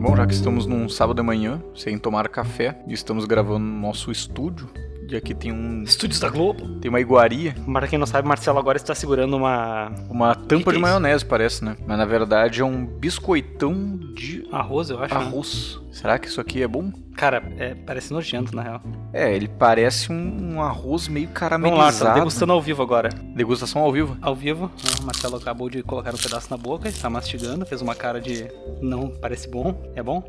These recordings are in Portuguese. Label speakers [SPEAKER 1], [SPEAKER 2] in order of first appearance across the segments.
[SPEAKER 1] lembrar que estamos num sábado de manhã, sem tomar café, e estamos gravando no nosso estúdio. E aqui tem um.
[SPEAKER 2] Estúdios da Globo.
[SPEAKER 1] Tem uma iguaria,
[SPEAKER 2] Mas pra quem não sabe, Marcelo agora está segurando uma
[SPEAKER 1] uma tampa
[SPEAKER 2] que é
[SPEAKER 1] de
[SPEAKER 2] isso?
[SPEAKER 1] maionese, parece, né? Mas na verdade é um biscoitão de
[SPEAKER 2] arroz, eu acho. né?
[SPEAKER 1] arroz. Será que isso aqui é bom?
[SPEAKER 2] Cara, é, parece nojento, na real.
[SPEAKER 1] É, ele parece um, um arroz meio
[SPEAKER 2] Vamos lá, tá,
[SPEAKER 1] caramelizado.
[SPEAKER 2] cara, degustando ao vivo agora.
[SPEAKER 1] Degustação ao vivo.
[SPEAKER 2] Ao vivo, né, o Marcelo acabou de colocar um pedaço na boca, está mastigando, fez uma cara de não parece bom, é bom,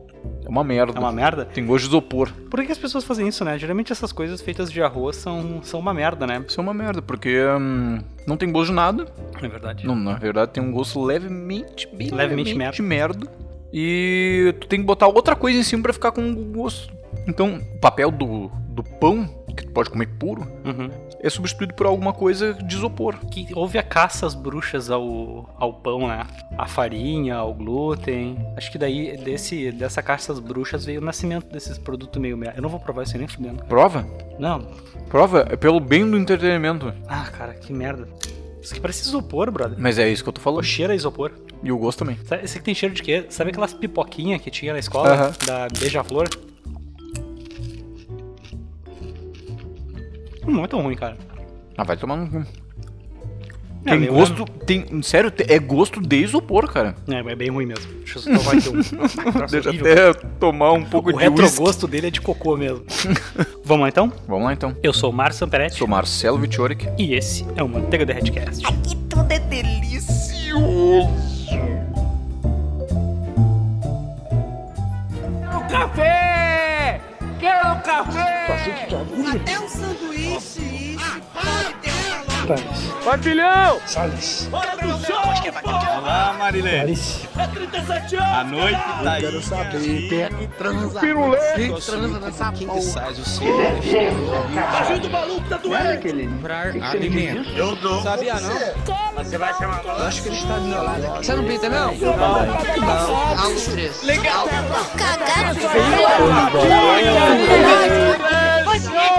[SPEAKER 1] É uma merda.
[SPEAKER 2] é uma merda.
[SPEAKER 1] Tem gosto de isopor.
[SPEAKER 2] Por que que as pessoas fazem isso, né? Geralmente essas coisas feitas de arroz são, são uma merda, né?
[SPEAKER 1] Isso é uma merda, porque hum, não tem gosto de nada.
[SPEAKER 2] É verdade.
[SPEAKER 1] Não, na verdade tem um gosto levemente, bem levemente,
[SPEAKER 2] Levemente
[SPEAKER 1] merda. E tu tem que botar outra coisa em cima pra ficar com o gosto. Então, o papel do, do pão, que tu pode comer puro,
[SPEAKER 2] Uhum.
[SPEAKER 1] é substituído por alguma coisa de isopor.
[SPEAKER 2] Que houve a caça às bruxas ao, ao pão, né? A farinha, ao glúten. Acho que daí desse, dessa caça às bruxas veio o nascimento desses produtos meio merda. Eu não vou provar isso aí nem fudendo.
[SPEAKER 1] Prova?
[SPEAKER 2] Não.
[SPEAKER 1] Prova é pelo bem do entretenimento.
[SPEAKER 2] Ah, cara, que merda. Isso aqui parece isopor, brother.
[SPEAKER 1] Mas é isso que eu tô
[SPEAKER 2] O
[SPEAKER 1] falando.
[SPEAKER 2] cheiro é isopor.
[SPEAKER 1] E o gosto também.
[SPEAKER 2] Sabe- Esse aqui tem cheiro de quê? Sabe aquelas pipoquinhas que tinha na escola?
[SPEAKER 1] Aham.
[SPEAKER 2] Da beija-flor? Hum, Muito ruim, cara.
[SPEAKER 1] Ah, vai tomar no. cu.
[SPEAKER 2] É,
[SPEAKER 1] Tem
[SPEAKER 2] meio-
[SPEAKER 1] gosto. Tem. Sério, te- é gosto de isopor, cara.
[SPEAKER 2] É, é bem ruim mesmo. Deixa eu só provar aqui um. Nossa, que troço
[SPEAKER 1] Deixa
[SPEAKER 2] horrível.
[SPEAKER 1] até tomar um pouco
[SPEAKER 2] O
[SPEAKER 1] de whisky.
[SPEAKER 2] retrogosto dele é de cocô mesmo. Vamos lá então?
[SPEAKER 1] Vamos lá então.
[SPEAKER 2] Eu sou o Márcio Samperetti
[SPEAKER 1] Sou Marcelo Vitioric.
[SPEAKER 2] e esse é o Manteiga da Redcast.
[SPEAKER 3] Aqui tudo é delícia. Até um sanduíche.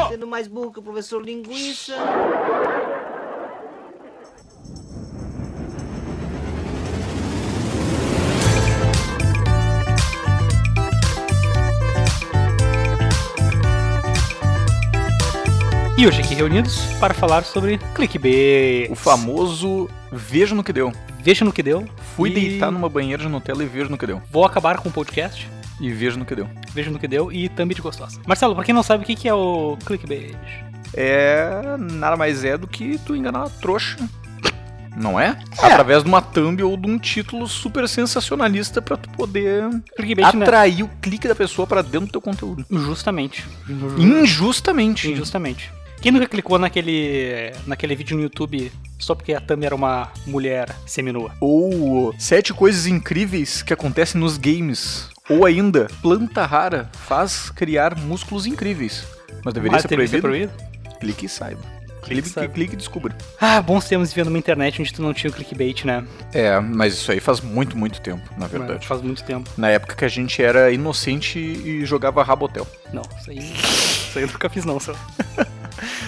[SPEAKER 3] Sendo mais burro que o professor linguiça.
[SPEAKER 2] E hoje aqui reunidos para falar sobre clickbait.
[SPEAKER 1] O famoso veja no que deu.
[SPEAKER 2] Veja no que deu.
[SPEAKER 1] Fui
[SPEAKER 2] e
[SPEAKER 1] deitar numa banheira de Nutella e vejo no que deu.
[SPEAKER 2] Vou acabar com o podcast.
[SPEAKER 1] E vejo no que deu.
[SPEAKER 2] Veja no que deu e thumb de gostosa. Marcelo, pra quem não sabe, o que que é o clickbait?
[SPEAKER 1] É. Nada mais é do que tu enganar a trouxa. Não é? Através de uma thumb ou de um título super sensacionalista pra tu poder
[SPEAKER 2] Clickbait, né?
[SPEAKER 1] atrair o clique da pessoa pra dentro do teu conteúdo.
[SPEAKER 2] Justamente.
[SPEAKER 1] Injustamente.
[SPEAKER 2] Injustamente. Quem nunca clicou naquele, naquele vídeo no YouTube só porque a thumb era uma mulher seminua?
[SPEAKER 1] Ou sete coisas incríveis que acontecem nos games. Ou ainda, planta rara faz criar músculos incríveis. Mas deveria
[SPEAKER 2] Mas
[SPEAKER 1] ser
[SPEAKER 2] teve que
[SPEAKER 1] proibido?
[SPEAKER 2] ser proibido?
[SPEAKER 1] Clique e saiba.
[SPEAKER 2] Clique e
[SPEAKER 1] Clique,
[SPEAKER 2] saiba.
[SPEAKER 1] clique e descubra.
[SPEAKER 2] Ah, bons tempos vivendo numa internet onde tu não tinha o clickbait, né?
[SPEAKER 1] É, mas isso aí faz muito, muito tempo, na verdade.
[SPEAKER 2] Faz muito tempo.
[SPEAKER 1] Na época que a gente era inocente e jogava Rabotel.
[SPEAKER 2] Não, isso aí, isso aí eu nunca fiz não, só.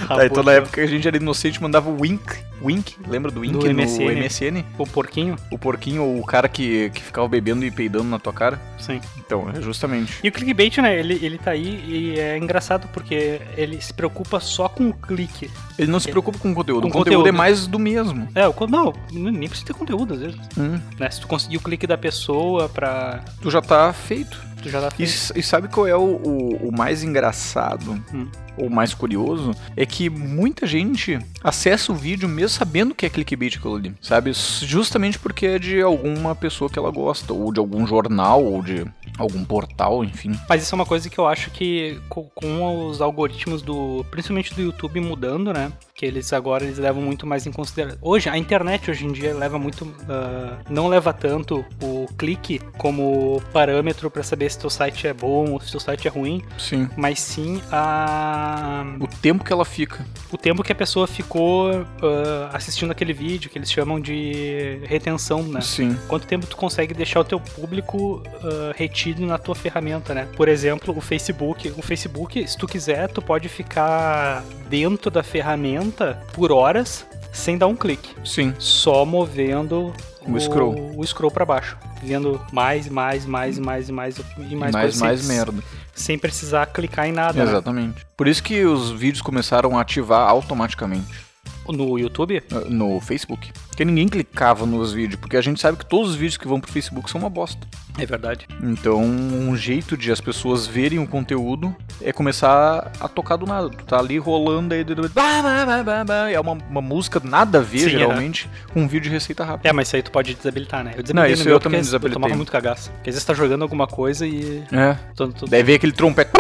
[SPEAKER 1] Tá, então na época que a gente era inocente mandava o Wink. Wink? Lembra do Wink
[SPEAKER 2] Do
[SPEAKER 1] no
[SPEAKER 2] MSN?
[SPEAKER 1] MSN?
[SPEAKER 2] O porquinho?
[SPEAKER 1] O porquinho ou o cara que, que ficava bebendo e peidando na tua cara?
[SPEAKER 2] Sim.
[SPEAKER 1] Então, é justamente.
[SPEAKER 2] E o clickbait, né, ele, ele tá aí e é engraçado porque ele se preocupa só com o clique.
[SPEAKER 1] Ele não se preocupa com o conteúdo.
[SPEAKER 2] Com
[SPEAKER 1] o conteúdo, é
[SPEAKER 2] conteúdo.
[SPEAKER 1] mais do mesmo.
[SPEAKER 2] É, o, con- não, nem precisa ter conteúdo às vezes.
[SPEAKER 1] Hum,
[SPEAKER 2] Né, se tu conseguir o clique da pessoa pra...
[SPEAKER 1] tu já tá feito.
[SPEAKER 2] Tu já tá
[SPEAKER 1] E,
[SPEAKER 2] feito.
[SPEAKER 1] s- e sabe qual é o, o- o mais engraçado?
[SPEAKER 2] Hum.
[SPEAKER 1] Ou mais curioso? É que muita gente acessa o vídeo mesmo sabendo que é clickbait aquilo ali, sabe? S- Justamente porque é de alguma pessoa que ela gosta, ou de algum jornal, ou de algum portal, enfim.
[SPEAKER 2] Mas isso é uma coisa que eu acho que co- com os algoritmos do, principalmente do YouTube mudando, né? Que eles agora eles levam muito mais em consideração. Hoje a internet hoje em dia leva muito, ah, não leva tanto o clique como parâmetro pra saber se teu site é bom ou se teu site é ruim,
[SPEAKER 1] Sim.
[SPEAKER 2] mas sim a
[SPEAKER 1] O tempo que ela fica.
[SPEAKER 2] o tempo que a pessoa ficou ah, assistindo aquele vídeo que eles chamam de retenção, né?
[SPEAKER 1] Sim.
[SPEAKER 2] quanto tempo tu consegue deixar o teu público ah, retido na tua ferramenta, né? Por exemplo, o Facebook. O Facebook, se tu quiser, tu pode ficar dentro da ferramenta por horas sem dar um clique,
[SPEAKER 1] Sim.
[SPEAKER 2] só movendo
[SPEAKER 1] O scroll.
[SPEAKER 2] o scroll para baixo. vendo mais, mais, mais, mais, mais e mais
[SPEAKER 1] mais,
[SPEAKER 2] coisas sem-
[SPEAKER 1] mais merda.
[SPEAKER 2] Sem precisar clicar em nada. né?
[SPEAKER 1] Exatamente. Por isso que os vídeos começaram a ativar automaticamente
[SPEAKER 2] No YouTube?
[SPEAKER 1] eh, no Facebook. Porque ninguém clicava nos vídeos, porque a gente sabe que todos os vídeos que vão pro Facebook são uma bosta.
[SPEAKER 2] É verdade.
[SPEAKER 1] Então, um jeito de as pessoas verem o conteúdo é começar a tocar do nada. Tu tá ali rolando aí, bah, bah, bah, bah, bah, é uma, uma música nada a ver,
[SPEAKER 2] Sim,
[SPEAKER 1] geralmente, com um vídeo de receita rápida.
[SPEAKER 2] É, mas isso aí tu pode desabilitar, né? Eu
[SPEAKER 1] Não,
[SPEAKER 2] desabilitei
[SPEAKER 1] isso
[SPEAKER 2] no meu
[SPEAKER 1] eu também
[SPEAKER 2] porque
[SPEAKER 1] desabilitei.
[SPEAKER 2] Eu tomava muito cagaço. Porque às vezes tá jogando alguma coisa e.
[SPEAKER 1] É.
[SPEAKER 2] tu- tu-
[SPEAKER 1] Daí vem aquele trompete.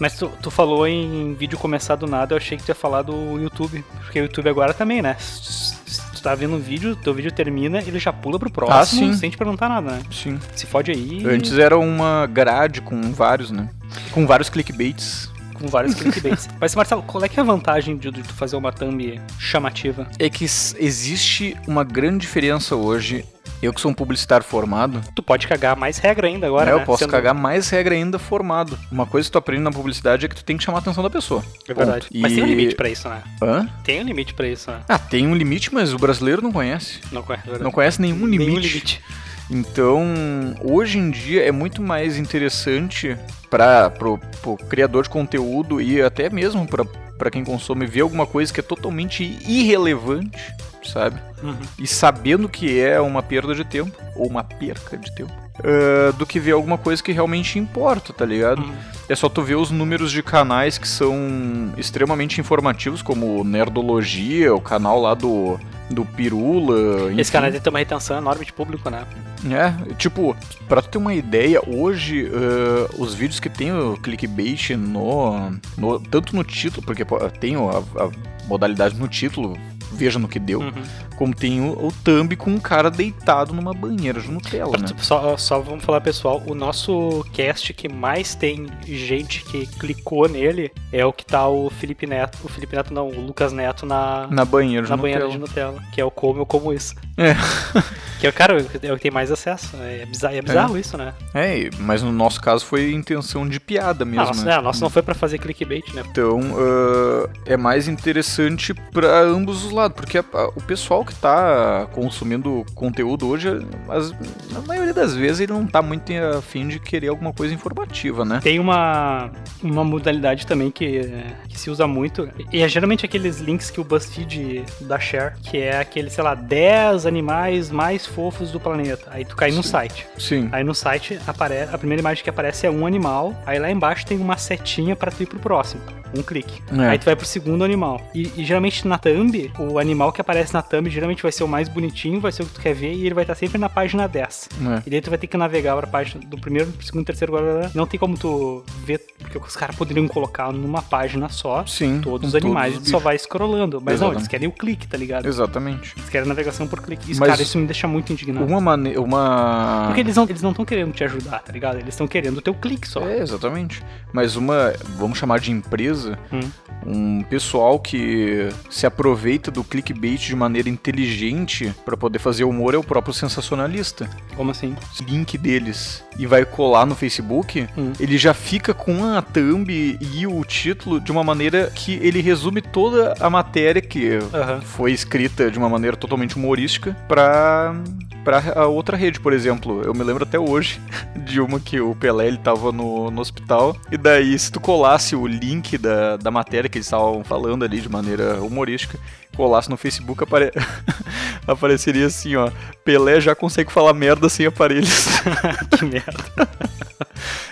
[SPEAKER 2] Mas tu, tu falou em vídeo começar do nada, eu achei que tu ia falar do YouTube. Porque o YouTube agora também, né? Se se tu tá vendo um vídeo, teu vídeo termina, ele já pula pro próximo
[SPEAKER 1] Ah, sim.
[SPEAKER 2] sem te perguntar nada, né?
[SPEAKER 1] Sim.
[SPEAKER 2] Se fode aí
[SPEAKER 1] Antes era uma grade com vários, né? Com vários clickbaits.
[SPEAKER 2] com vários clickbaits. Mas Marcelo, qual é que é a vantagem de, de tu fazer uma thumb chamativa?
[SPEAKER 1] É que s- existe uma grande diferença hoje. Eu que sou um publicitário formado,
[SPEAKER 2] Tu pode cagar mais regra ainda agora,
[SPEAKER 1] né,
[SPEAKER 2] né?
[SPEAKER 1] eu posso
[SPEAKER 2] Sendo-
[SPEAKER 1] cagar mais regra ainda formado. Uma coisa que tu aprende na publicidade é que tu tem que chamar a atenção da pessoa.
[SPEAKER 2] É verdade.
[SPEAKER 1] Ponto.
[SPEAKER 2] Mas tem um
[SPEAKER 1] E-
[SPEAKER 2] limite pra isso, né?
[SPEAKER 1] Hã?
[SPEAKER 2] Tem um limite pra isso, né?
[SPEAKER 1] Ah, tem um limite, mas o brasileiro não conhece.
[SPEAKER 2] Não, é verdade.
[SPEAKER 1] Não conhece nenhum limite.
[SPEAKER 2] Nenhum limite.
[SPEAKER 1] Então, hoje em dia é muito mais interessante para pro, pro criador de conteúdo e até mesmo para para quem consome ver alguma coisa que é totalmente irrelevante, sabe?
[SPEAKER 2] Uhum.
[SPEAKER 1] E sabendo que é uma perda de tempo ou uma perca de tempo, ah, do que ver alguma coisa que realmente importa, tá ligado?
[SPEAKER 2] Uhum.
[SPEAKER 1] É só tu ver os números de canais que são extremamente informativos, como o Nerdologia, o canal lá do, do Pirula.
[SPEAKER 2] Esse
[SPEAKER 1] enfim.
[SPEAKER 2] canal tem uma retenção enorme de público, né?
[SPEAKER 1] É, tipo, pra tu ter uma ideia, hoje ãh, os vídeos que tem o clickbait no, no- tanto no título, porque pô, tem a, a modalidade no título, veja no que deu,
[SPEAKER 2] Uhum.
[SPEAKER 1] como tem o, o thumb com um cara deitado numa banheira de Nutella, né?
[SPEAKER 2] tipo, Só, só vamos falar, pessoal, o nosso cast que mais tem gente que clicou nele é o que tá o Felipe Neto. O Felipe Neto não, o Lucas Neto na, na,
[SPEAKER 1] Na banheira de
[SPEAKER 2] banheira de
[SPEAKER 1] Nutella.
[SPEAKER 2] Nutella, que é o Como Eu Como Isso.
[SPEAKER 1] É.
[SPEAKER 2] Que é, o cara, é o que tem mais acesso. É bizarro, é bizarro isso, né?
[SPEAKER 1] É, e- mas no nosso caso foi intenção de piada mesmo.
[SPEAKER 2] Ah, nossa,
[SPEAKER 1] né?
[SPEAKER 2] né? nossa não foi pra fazer clickbait, né?
[SPEAKER 1] Então, ah, é mais interessante para ambos os lados, porque a- a- o pessoal que tá consumindo conteúdo hoje, as- na maioria das vezes, ele não tá muito a fim de querer alguma coisa informativa, né?
[SPEAKER 2] Tem uma, uma modalidade também que, que se usa muito, e é geralmente aqueles links que o BuzzFeed dá share, que é aquele, sei lá, 10 animais mais fofos do planeta. Aí tu cai num
[SPEAKER 1] Sim.
[SPEAKER 2] site.
[SPEAKER 1] Sim.
[SPEAKER 2] Aí no site, apare... a primeira imagem que aparece é um animal, aí lá embaixo tem uma setinha pra tu ir pro próximo. Um clique.
[SPEAKER 1] É.
[SPEAKER 2] Aí tu vai pro segundo animal. E, e geralmente na thumb, o animal que aparece na thumb geralmente vai ser o mais bonitinho, vai ser o que tu quer ver, e ele vai estar sempre na página 10.
[SPEAKER 1] É.
[SPEAKER 2] E daí tu vai ter que navegar pra página do primeiro, pro segundo, terceiro, blá, blá, blá. não tem como tu ver, porque os caras poderiam colocar numa página só
[SPEAKER 1] Sim.
[SPEAKER 2] todos os
[SPEAKER 1] com
[SPEAKER 2] animais,
[SPEAKER 1] os
[SPEAKER 2] tu só
[SPEAKER 1] bichos.
[SPEAKER 2] vai scrollando. Mas não, eles
[SPEAKER 1] Exatamente.
[SPEAKER 2] querem o clique, tá ligado?
[SPEAKER 1] Exatamente.
[SPEAKER 2] Eles querem a navegação por clique. Isso,
[SPEAKER 1] Mas-
[SPEAKER 2] cara, isso me deixa muito indignado.
[SPEAKER 1] Uma maneira. Uma...
[SPEAKER 2] Hum. Porque eles não estão querendo te ajudar, tá ligado? Eles estão querendo o teu clique só.
[SPEAKER 1] É, exatamente. Mas uma, vamos chamar de empresa,
[SPEAKER 2] Hum.
[SPEAKER 1] um pessoal que se aproveita do clickbait de maneira inteligente pra poder fazer humor é o próprio sensacionalista.
[SPEAKER 2] Como assim?
[SPEAKER 1] link deles e vai colar no Facebook,
[SPEAKER 2] Hum.
[SPEAKER 1] ele já fica com a thumb e o título de uma maneira que ele resume toda a matéria que
[SPEAKER 2] Aham.
[SPEAKER 1] foi escrita de uma maneira totalmente humorística pra para a outra rede, por exemplo. Eu me lembro até hoje de uma que o Pelé ele tava no, no hospital e daí se tu colasse o link da, da matéria que eles estavam falando ali de maneira humorística, colasse no Facebook apare... apareceria assim, ó, Pelé já consegue falar merda sem aparelhos.
[SPEAKER 2] Que merda.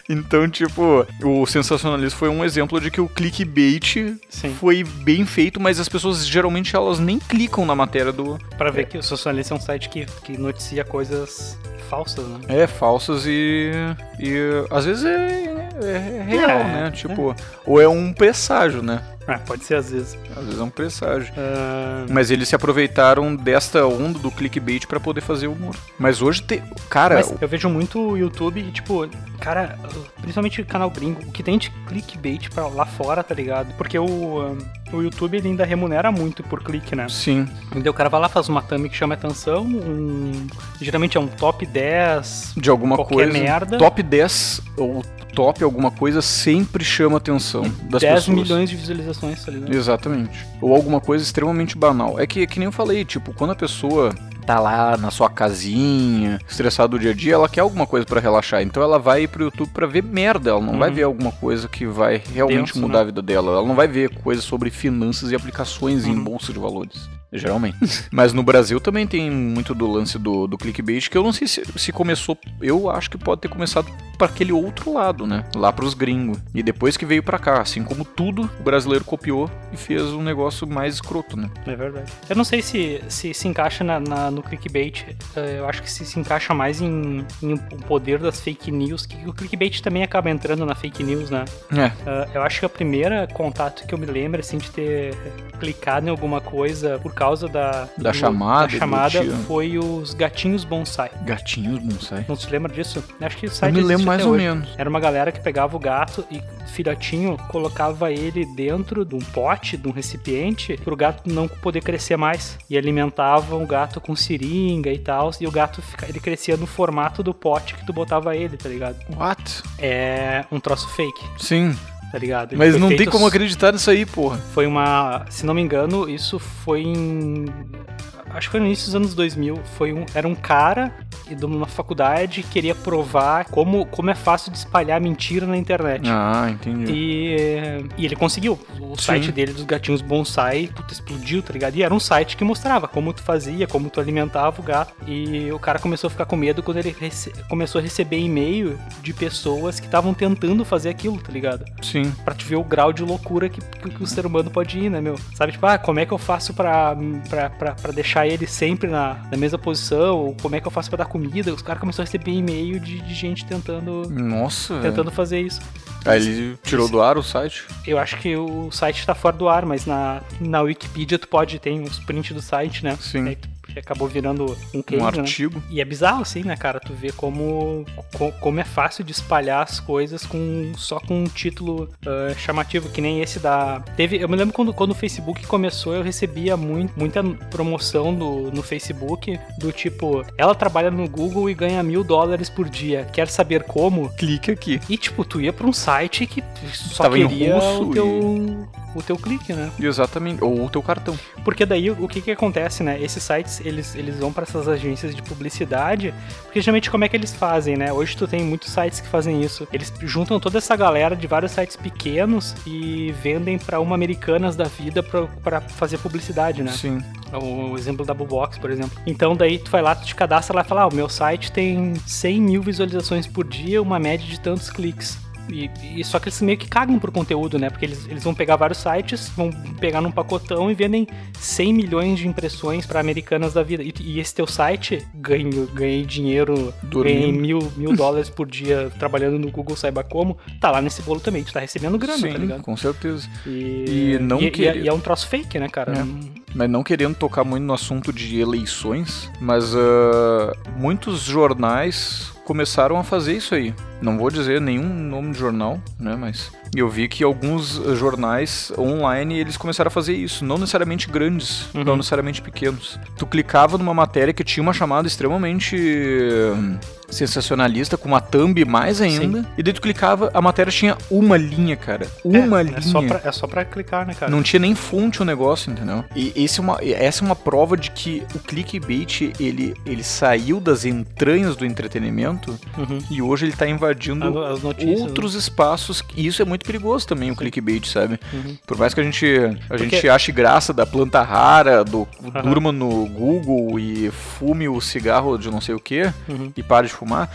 [SPEAKER 1] Então, tipo, o sensacionalismo foi um exemplo de que o clickbait
[SPEAKER 2] Sim.
[SPEAKER 1] foi bem feito, mas as pessoas geralmente elas nem clicam na matéria do.
[SPEAKER 2] Pra ver que o Socialista é um site que, que noticia coisas falsas, né?
[SPEAKER 1] É, falsas e. E às vezes é, é- é real,
[SPEAKER 2] É,
[SPEAKER 1] né? Tipo, ou é um presságio, né?
[SPEAKER 2] É, pode ser às vezes.
[SPEAKER 1] Às vezes é um presságio.
[SPEAKER 2] Ah,
[SPEAKER 1] Mas eles se aproveitaram desta onda do clickbait pra poder fazer humor. Mas hoje tem. Cara,
[SPEAKER 2] Mas eu vejo muito YouTube e, tipo, cara, principalmente canal gringo, o que tem de clickbait pra lá fora, tá ligado? Porque o, ah, o YouTube ele ainda remunera muito por clique, né?
[SPEAKER 1] sim.
[SPEAKER 2] Então o cara vai lá, faz uma thumb que chama atenção, um, geralmente é um top 10,
[SPEAKER 1] De alguma
[SPEAKER 2] qualquer
[SPEAKER 1] coisa.
[SPEAKER 2] merda,
[SPEAKER 1] Top 10 ou top alguma coisa sempre chama a atenção das
[SPEAKER 2] 10
[SPEAKER 1] pessoas.
[SPEAKER 2] milhões de visualizações, tá ligado?
[SPEAKER 1] é Exatamente. Ou alguma coisa extremamente banal. É que, que nem eu falei, tipo, quando a pessoa tá lá na sua casinha, estressado do dia a dia, ela quer alguma coisa pra relaxar. Então ela vai pro YouTube pra ver merda, ela não vai
[SPEAKER 2] Uhum.
[SPEAKER 1] ver alguma coisa que vai realmente
[SPEAKER 2] Denso,
[SPEAKER 1] mudar
[SPEAKER 2] né?
[SPEAKER 1] a vida dela. Ela não vai ver coisas sobre finanças e aplicações em
[SPEAKER 2] Uhum.
[SPEAKER 1] bolsa de valores. Geralmente. Mas no Brasil também tem muito do lance do, do clickbait, que eu não sei se, se começou. Eu acho que pode ter começado pra aquele outro lado, né? Lá pros gringos. E depois que veio pra cá, assim como tudo, o brasileiro copiou e fez um negócio mais escroto, né?
[SPEAKER 2] É verdade. Eu não sei se se, se encaixa na, na- no clickbait. eh, Eu acho que se, se encaixa mais em, em o poder das fake news, que o clickbait também acaba entrando na fake news, né?
[SPEAKER 1] É.
[SPEAKER 2] Ah, eu acho que o primeiro contato que eu me lembro, assim, de ter clicado em alguma coisa por causa da,
[SPEAKER 1] Da chamada,
[SPEAKER 2] da chamada
[SPEAKER 1] do tio.
[SPEAKER 2] foi os gatinhos bonsai.
[SPEAKER 1] Gatinhos bonsai.
[SPEAKER 2] Não se lembra disso? Acho que o
[SPEAKER 1] Eu
[SPEAKER 2] site
[SPEAKER 1] me lembro
[SPEAKER 2] existe
[SPEAKER 1] mais
[SPEAKER 2] até
[SPEAKER 1] ou
[SPEAKER 2] hoje.
[SPEAKER 1] menos.
[SPEAKER 2] Era uma galera que pegava o gato e filhotinho colocava ele dentro de um pote, de um recipiente, pro gato não poder crescer mais. E alimentavam o gato com seringa e tal, e o gato fica- ele crescia no formato do pote que tu botava ele, tá ligado?
[SPEAKER 1] What?
[SPEAKER 2] É um troço fake,
[SPEAKER 1] Sim.
[SPEAKER 2] tá ligado? Ele
[SPEAKER 1] Mas
[SPEAKER 2] foi
[SPEAKER 1] não tem
[SPEAKER 2] feito
[SPEAKER 1] como acreditar nisso aí, porra.
[SPEAKER 2] foi uma. Se não me engano, isso foi em. Acho que foi no início dos anos 2000. Foi um, era um cara e de uma faculdade que queria provar como, como é fácil de espalhar mentira na internet.
[SPEAKER 1] Ah, entendi.
[SPEAKER 2] E, e ele conseguiu. O
[SPEAKER 1] Sim.
[SPEAKER 2] site dele dos gatinhos bonsai puta, explodiu, tá ligado? E era um site que mostrava como tu fazia, como tu alimentava o gato. E o cara começou a ficar com medo quando ele rece- começou a receber e-mail de pessoas que estavam tentando fazer aquilo, tá ligado?
[SPEAKER 1] Sim.
[SPEAKER 2] Pra te ver o grau de loucura que, que, que o ser humano pode ir, né, meu? Sabe, tipo, ah, como é que eu faço pra, pra, pra, pra deixar ele sempre na, na mesma posição? Ou como é que eu faço pra dar comida? Os caras começaram a receber e-mail de, de gente tentando,
[SPEAKER 1] Nossa, velho.
[SPEAKER 2] tentando fazer isso.
[SPEAKER 1] Aí ele tirou do ar o site.
[SPEAKER 2] Eu acho que o site tá fora do ar, mas na, na Wikipedia tu pode, tem uns print do site, né?
[SPEAKER 1] Sim.
[SPEAKER 2] Aí tu- que acabou virando um case,
[SPEAKER 1] Um
[SPEAKER 2] né?
[SPEAKER 1] artigo.
[SPEAKER 2] E é bizarro, assim, né, cara? Tu vê como, co- como é fácil de espalhar as coisas com só com um título ah, chamativo, que nem esse da. Teve, eu me lembro quando, quando o Facebook começou, eu recebia muito, muita promoção no, no Facebook do tipo: ela trabalha no Google e ganha mil dólares por dia, quer saber como?
[SPEAKER 1] Clique aqui.
[SPEAKER 2] E tipo, tu ia pra um site que só
[SPEAKER 1] Tava em
[SPEAKER 2] queria
[SPEAKER 1] russo
[SPEAKER 2] o teu, o teu clique, né?
[SPEAKER 1] Exatamente. Ou o teu cartão.
[SPEAKER 2] Porque daí o que que acontece, né? Esses sites, eles, eles vão pra essas agências de publicidade, porque geralmente como é que eles fazem, né? Hoje tu tem muitos sites que fazem isso. Eles juntam toda essa galera de vários sites pequenos e vendem pra uma Americanas da vida pra- pra fazer publicidade, né?
[SPEAKER 1] Sim.
[SPEAKER 2] O exemplo da Bubox, por exemplo. Então daí tu vai lá, tu te cadastra lá e fala, ah, o meu site tem 100 mil visualizações por dia, uma média de tantos cliques. E, e só que eles meio que cagam pro conteúdo, né? Porque eles, eles vão pegar vários sites, vão pegar num pacotão e vendem 100 milhões de impressões pra americanas da vida. E, e esse teu site ganho, ganhei dinheiro,
[SPEAKER 1] Dormindo.
[SPEAKER 2] ganhei mil, mil dólares por dia trabalhando no Google Saiba Como, tá lá nesse bolo também, tu tá recebendo grana, tá
[SPEAKER 1] Sim,
[SPEAKER 2] ligado?
[SPEAKER 1] com certeza.
[SPEAKER 2] E,
[SPEAKER 1] E não
[SPEAKER 2] e,
[SPEAKER 1] querer.
[SPEAKER 2] e é um troço fake, né, cara?
[SPEAKER 1] É.
[SPEAKER 2] Não-
[SPEAKER 1] Mas não querendo tocar muito no assunto de eleições, mas ah, muitos jornais começaram a fazer isso aí. Não vou dizer nenhum nome de jornal, né? Mas eu vi que alguns ah, jornais online eles começaram a fazer isso. Não necessariamente grandes,
[SPEAKER 2] Uhum.
[SPEAKER 1] não necessariamente pequenos. Tu clicava numa matéria que tinha uma chamada extremamente hum, sensacionalista, com uma thumb mais ainda. E daí tu clicava, a matéria tinha uma linha, cara. Uma
[SPEAKER 2] é,
[SPEAKER 1] linha.
[SPEAKER 2] É só, pra, é só pra clicar, né, cara?
[SPEAKER 1] Não tinha nem fonte o negócio, entendeu? E esse é uma, essa é uma prova de que o clickbait, ele, ele saiu das entranhas do entretenimento
[SPEAKER 2] Uhum.
[SPEAKER 1] e hoje ele tá invadindo
[SPEAKER 2] As notícias. né?
[SPEAKER 1] outros espaços. E isso é muito perigoso também, o clickbait, sabe?
[SPEAKER 2] Uhum.
[SPEAKER 1] Por mais que a gente, a gente ache graça da planta rara, do durma no Google e fume o cigarro de não sei o que
[SPEAKER 2] Uhum.
[SPEAKER 1] e pare de fumar,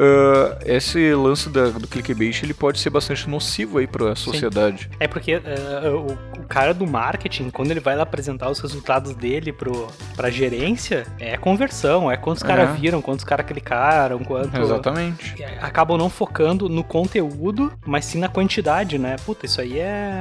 [SPEAKER 1] ah, esse lance da- do clickbait, ele pode ser bastante nocivo aí pra sociedade.
[SPEAKER 2] É porque eh, o, o cara do marketing, quando ele vai lá apresentar os resultados dele pro, pra gerência, é conversão, é quantos
[SPEAKER 1] É.
[SPEAKER 2] caras viram, quantos caras clicaram, quanto.
[SPEAKER 1] Exatamente.
[SPEAKER 2] E Acabam não focando no conteúdo, mas sim na quantidade, né? Puta, isso aí é.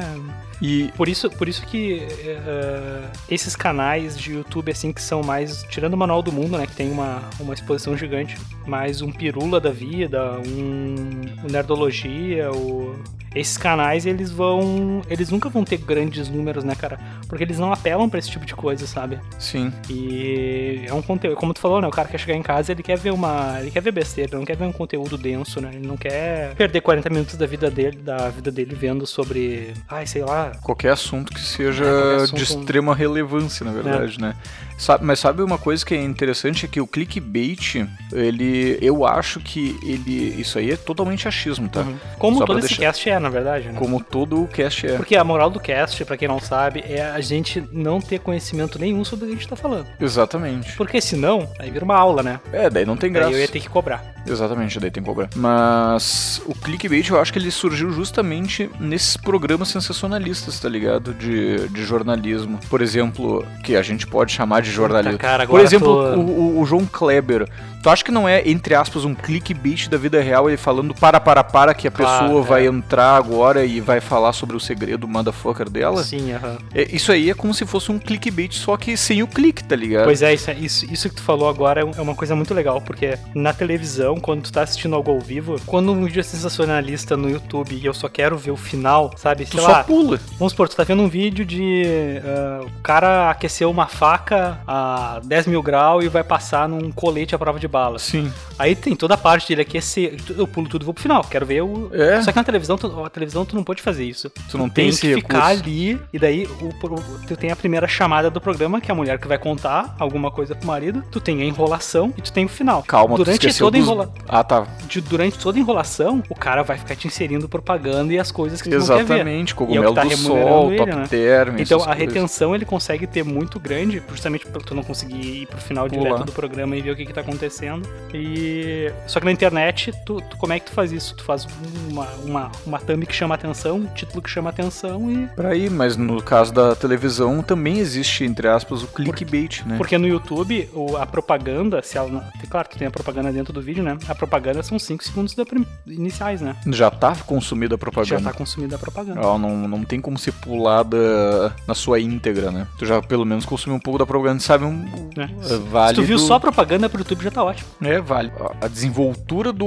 [SPEAKER 1] E
[SPEAKER 2] Por isso, por isso que eh, esses canais de YouTube, assim, que são mais. Tirando o Manual do Mundo, né? Que tem uma, uma exposição gigante. Mas um Pirula da Vida, um, um Nerdologia, o. Esses canais, eles vão. Eles nunca vão ter grandes números, né, cara? Porque eles não apelam pra esse tipo de coisa, sabe?
[SPEAKER 1] Sim,
[SPEAKER 2] E é um conteúdo. Como tu falou, né? O cara quer chegar em casa, ele quer ver uma. Ele quer ver besteira, ele não quer ver um conteúdo denso, né? Ele não quer perder 40 minutos da vida dele, da vida dele vendo sobre. Ai, sei lá, qualquer
[SPEAKER 1] Qualquer assunto que seja
[SPEAKER 2] É, qualquer assunto- É.
[SPEAKER 1] de extrema relevância, na verdade, né? Sabe- mas sabe uma coisa que é interessante? É que o clickbait, ele... Eu acho que ele... Isso aí é totalmente achismo, tá?
[SPEAKER 2] Uhum. Como
[SPEAKER 1] Só pra
[SPEAKER 2] todo esse
[SPEAKER 1] deixar-
[SPEAKER 2] cast é, na verdade, né?
[SPEAKER 1] Como todo o cast é.
[SPEAKER 2] Porque a moral do cast, pra quem não sabe, é a gente não ter conhecimento nenhum sobre o que a gente tá falando.
[SPEAKER 1] Exatamente.
[SPEAKER 2] Porque senão, aí vira uma aula, né?
[SPEAKER 1] É, daí não tem graça.
[SPEAKER 2] Aí eu ia ter que cobrar.
[SPEAKER 1] Exatamente, daí tem que cobrar. Mas o clickbait eu acho que ele surgiu justamente nesses programas sensacionalistas, tá ligado? De, de jornalismo. Por exemplo, que a gente pode chamar de jornalismo.
[SPEAKER 2] Puta, cara,
[SPEAKER 1] Por
[SPEAKER 2] agora
[SPEAKER 1] exemplo,
[SPEAKER 2] tô-
[SPEAKER 1] o, o- o João Kleber. Tu acha que não é, entre aspas, um clickbait da vida real ele falando para, para, para que a
[SPEAKER 2] Claro,
[SPEAKER 1] pessoa
[SPEAKER 2] é.
[SPEAKER 1] vai entrar agora e vai falar sobre o segredo motherfucker dela?
[SPEAKER 2] Sim, aham.
[SPEAKER 1] É, isso aí é como se fosse um clickbait, só que sem o clique, tá ligado?
[SPEAKER 2] Pois é, isso, é- isso, isso que tu falou agora é um- é uma coisa muito legal, porque na televisão, quando tu tá assistindo algo ao vivo, quando um vídeo é sensacionalista no YouTube e eu só quero ver o final, sabe?
[SPEAKER 1] Tu
[SPEAKER 2] Sei
[SPEAKER 1] só
[SPEAKER 2] lá,
[SPEAKER 1] pula.
[SPEAKER 2] vamos supor, tu tá vendo um vídeo de ah, o cara aqueceu uma faca a 10 mil graus e vai passar num colete à prova de balas.
[SPEAKER 1] Sim.
[SPEAKER 2] Aí tem toda a parte dele aquecer, eu pulo tudo e vou pro final, quero ver o...
[SPEAKER 1] É.
[SPEAKER 2] Só que na televisão, tu, a televisão tu não pode fazer isso.
[SPEAKER 1] Tu não tem esse
[SPEAKER 2] que ficar
[SPEAKER 1] recurso.
[SPEAKER 2] ali, e daí o, pro- tu tem a primeira chamada do programa, que é a mulher que vai contar alguma coisa pro marido, tu tem a enrolação e tu tem o final.
[SPEAKER 1] Calma, tu
[SPEAKER 2] durante
[SPEAKER 1] esqueceu
[SPEAKER 2] toda a
[SPEAKER 1] dos...
[SPEAKER 2] enrola-
[SPEAKER 1] Ah, tá.
[SPEAKER 2] de- Durante toda a enrolação, o cara vai ficar te inserindo propaganda e as coisas que tu não quer ver.
[SPEAKER 1] Exatamente,
[SPEAKER 2] E é
[SPEAKER 1] cogumelo
[SPEAKER 2] o que tá
[SPEAKER 1] do
[SPEAKER 2] remunerando
[SPEAKER 1] sol,
[SPEAKER 2] ele,
[SPEAKER 1] top
[SPEAKER 2] né?
[SPEAKER 1] term.
[SPEAKER 2] Então
[SPEAKER 1] essas
[SPEAKER 2] a
[SPEAKER 1] coisas.
[SPEAKER 2] retenção ele consegue ter muito grande, justamente pra tu não conseguir ir pro final
[SPEAKER 1] Pular.
[SPEAKER 2] direto do programa e ver o que, que tá acontecendo. E. Só que na internet, tu, tu- como é que tu faz isso? Tu faz uma, uma, uma thumb que chama atenção, um título que chama atenção e.
[SPEAKER 1] Pra ir, mas no caso da televisão também existe, entre aspas, o clickbait, né?
[SPEAKER 2] Porque no YouTube, o- a propaganda, se ela. não- Claro que tem a propaganda dentro do vídeo, né? A propaganda são 5 segundos da prim- iniciais, né?
[SPEAKER 1] Já tá consumida a
[SPEAKER 2] Já
[SPEAKER 1] propaganda.
[SPEAKER 2] tá consumida a propaganda.
[SPEAKER 1] Ela não, não tem como ser pulada na sua íntegra, né? Tu já pelo menos consumiu um pouco da propaganda, sabe? Um,
[SPEAKER 2] né?
[SPEAKER 1] é
[SPEAKER 2] Se
[SPEAKER 1] válido.
[SPEAKER 2] tu viu só a propaganda pro YouTube, já tá ótimo.
[SPEAKER 1] É, vale. A- A desenvoltura do,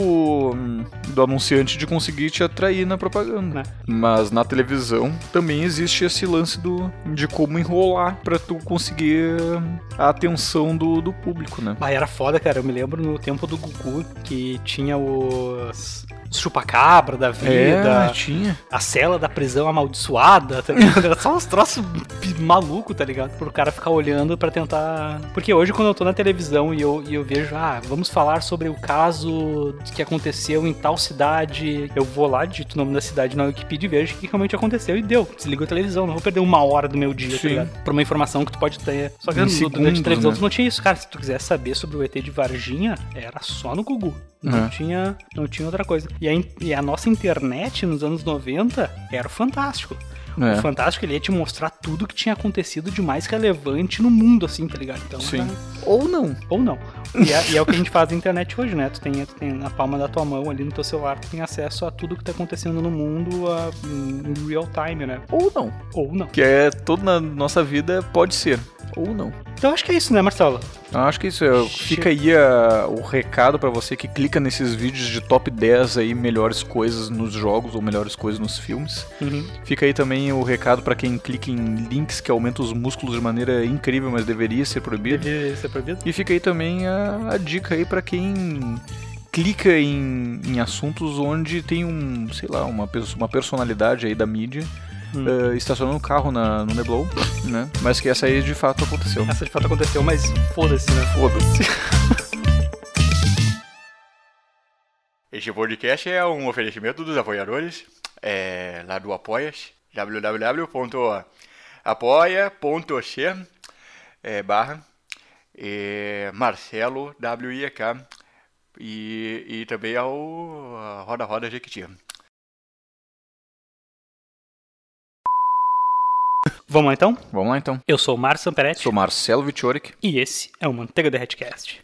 [SPEAKER 1] hum, do anunciante de conseguir te atrair na propaganda.
[SPEAKER 2] Né.
[SPEAKER 1] Mas na televisão também existe esse lance do, de como enrolar pra tu conseguir a atenção do, do público, né?
[SPEAKER 2] Mas Ah, era foda, cara. Eu me lembro no tempo do Gugu, que tinha os, os chupacabra da vida,
[SPEAKER 1] É, tinha.
[SPEAKER 2] a cela da prisão amaldiçoada, tá ligado? Era só uns troços pi- maluco, tá ligado? Pro cara ficar olhando pra tentar... Porque hoje, quando eu tô na televisão e eu, e eu vejo, ah, vamos falar sobre o caso que aconteceu em tal cidade, eu vou lá, digito o nome da cidade na Wikipedia e vejo o que realmente aconteceu e deu. Desligo a televisão, não vou perder uma hora do meu dia,
[SPEAKER 1] Sim.
[SPEAKER 2] tá ligado? Pra uma informação que tu pode ter... Só que
[SPEAKER 1] Em
[SPEAKER 2] no, durante
[SPEAKER 1] segundos,
[SPEAKER 2] a televisão
[SPEAKER 1] né?
[SPEAKER 2] tu não tinha isso, cara. Se tu quiser saber sobre o ET de Varginha, era só no Gugu. Não,
[SPEAKER 1] É.
[SPEAKER 2] tinha, não tinha outra coisa. E a, in- e a nossa internet nos anos 90 era o Fantástico. O
[SPEAKER 1] É.
[SPEAKER 2] Fantástico ele ia te mostrar tudo que tinha acontecido de mais relevante no mundo, assim, tá ligado? Então,
[SPEAKER 1] Sim.
[SPEAKER 2] era-
[SPEAKER 1] Ou não.
[SPEAKER 2] ou não. E é, e é o que a gente faz na internet hoje, né? Tu tem, tu tem na palma da tua mão ali no teu celular, tu tem acesso a tudo que tá acontecendo no mundo a- em real time, né?
[SPEAKER 1] Ou não.
[SPEAKER 2] Ou não.
[SPEAKER 1] Que é toda na nossa vida pode ser. Ou não.
[SPEAKER 2] Então acho que é isso, né, Marcelo?
[SPEAKER 1] Eu acho que isso é,
[SPEAKER 2] Che-
[SPEAKER 1] fica aí a- o recado pra você que clica nesses vídeos de top 10 aí melhores coisas nos jogos ou melhores coisas nos filmes.
[SPEAKER 2] Uhum.
[SPEAKER 1] Fica aí também o recado pra quem clica em links que aumentam os músculos de maneira incrível, mas deveria ser proibido.
[SPEAKER 2] Deve ser proibido?
[SPEAKER 1] E fica aí também a, a dica aí pra quem clica em, em assuntos onde tem um, sei lá, uma, perso- uma personalidade aí da mídia
[SPEAKER 2] Hum.
[SPEAKER 1] eh, estacionando o carro na, no Neblon, né? Mas que essa aí de fato aconteceu.
[SPEAKER 2] Essa de fato aconteceu, mas foda-se, né?
[SPEAKER 1] Foda-se.
[SPEAKER 4] Este podcast é um oferecimento dos apoiadores é, lá do Apoias, www.apoia.c é, barra é, Marcelo WIEK e, e também ao a Roda Roda Jequiti.
[SPEAKER 2] Vamos lá então?
[SPEAKER 1] Vamos lá então.
[SPEAKER 2] Eu sou o Márcio Samperetti
[SPEAKER 1] Sou Marcelo Vitioric.
[SPEAKER 2] e esse é o Manteiga da Redcast.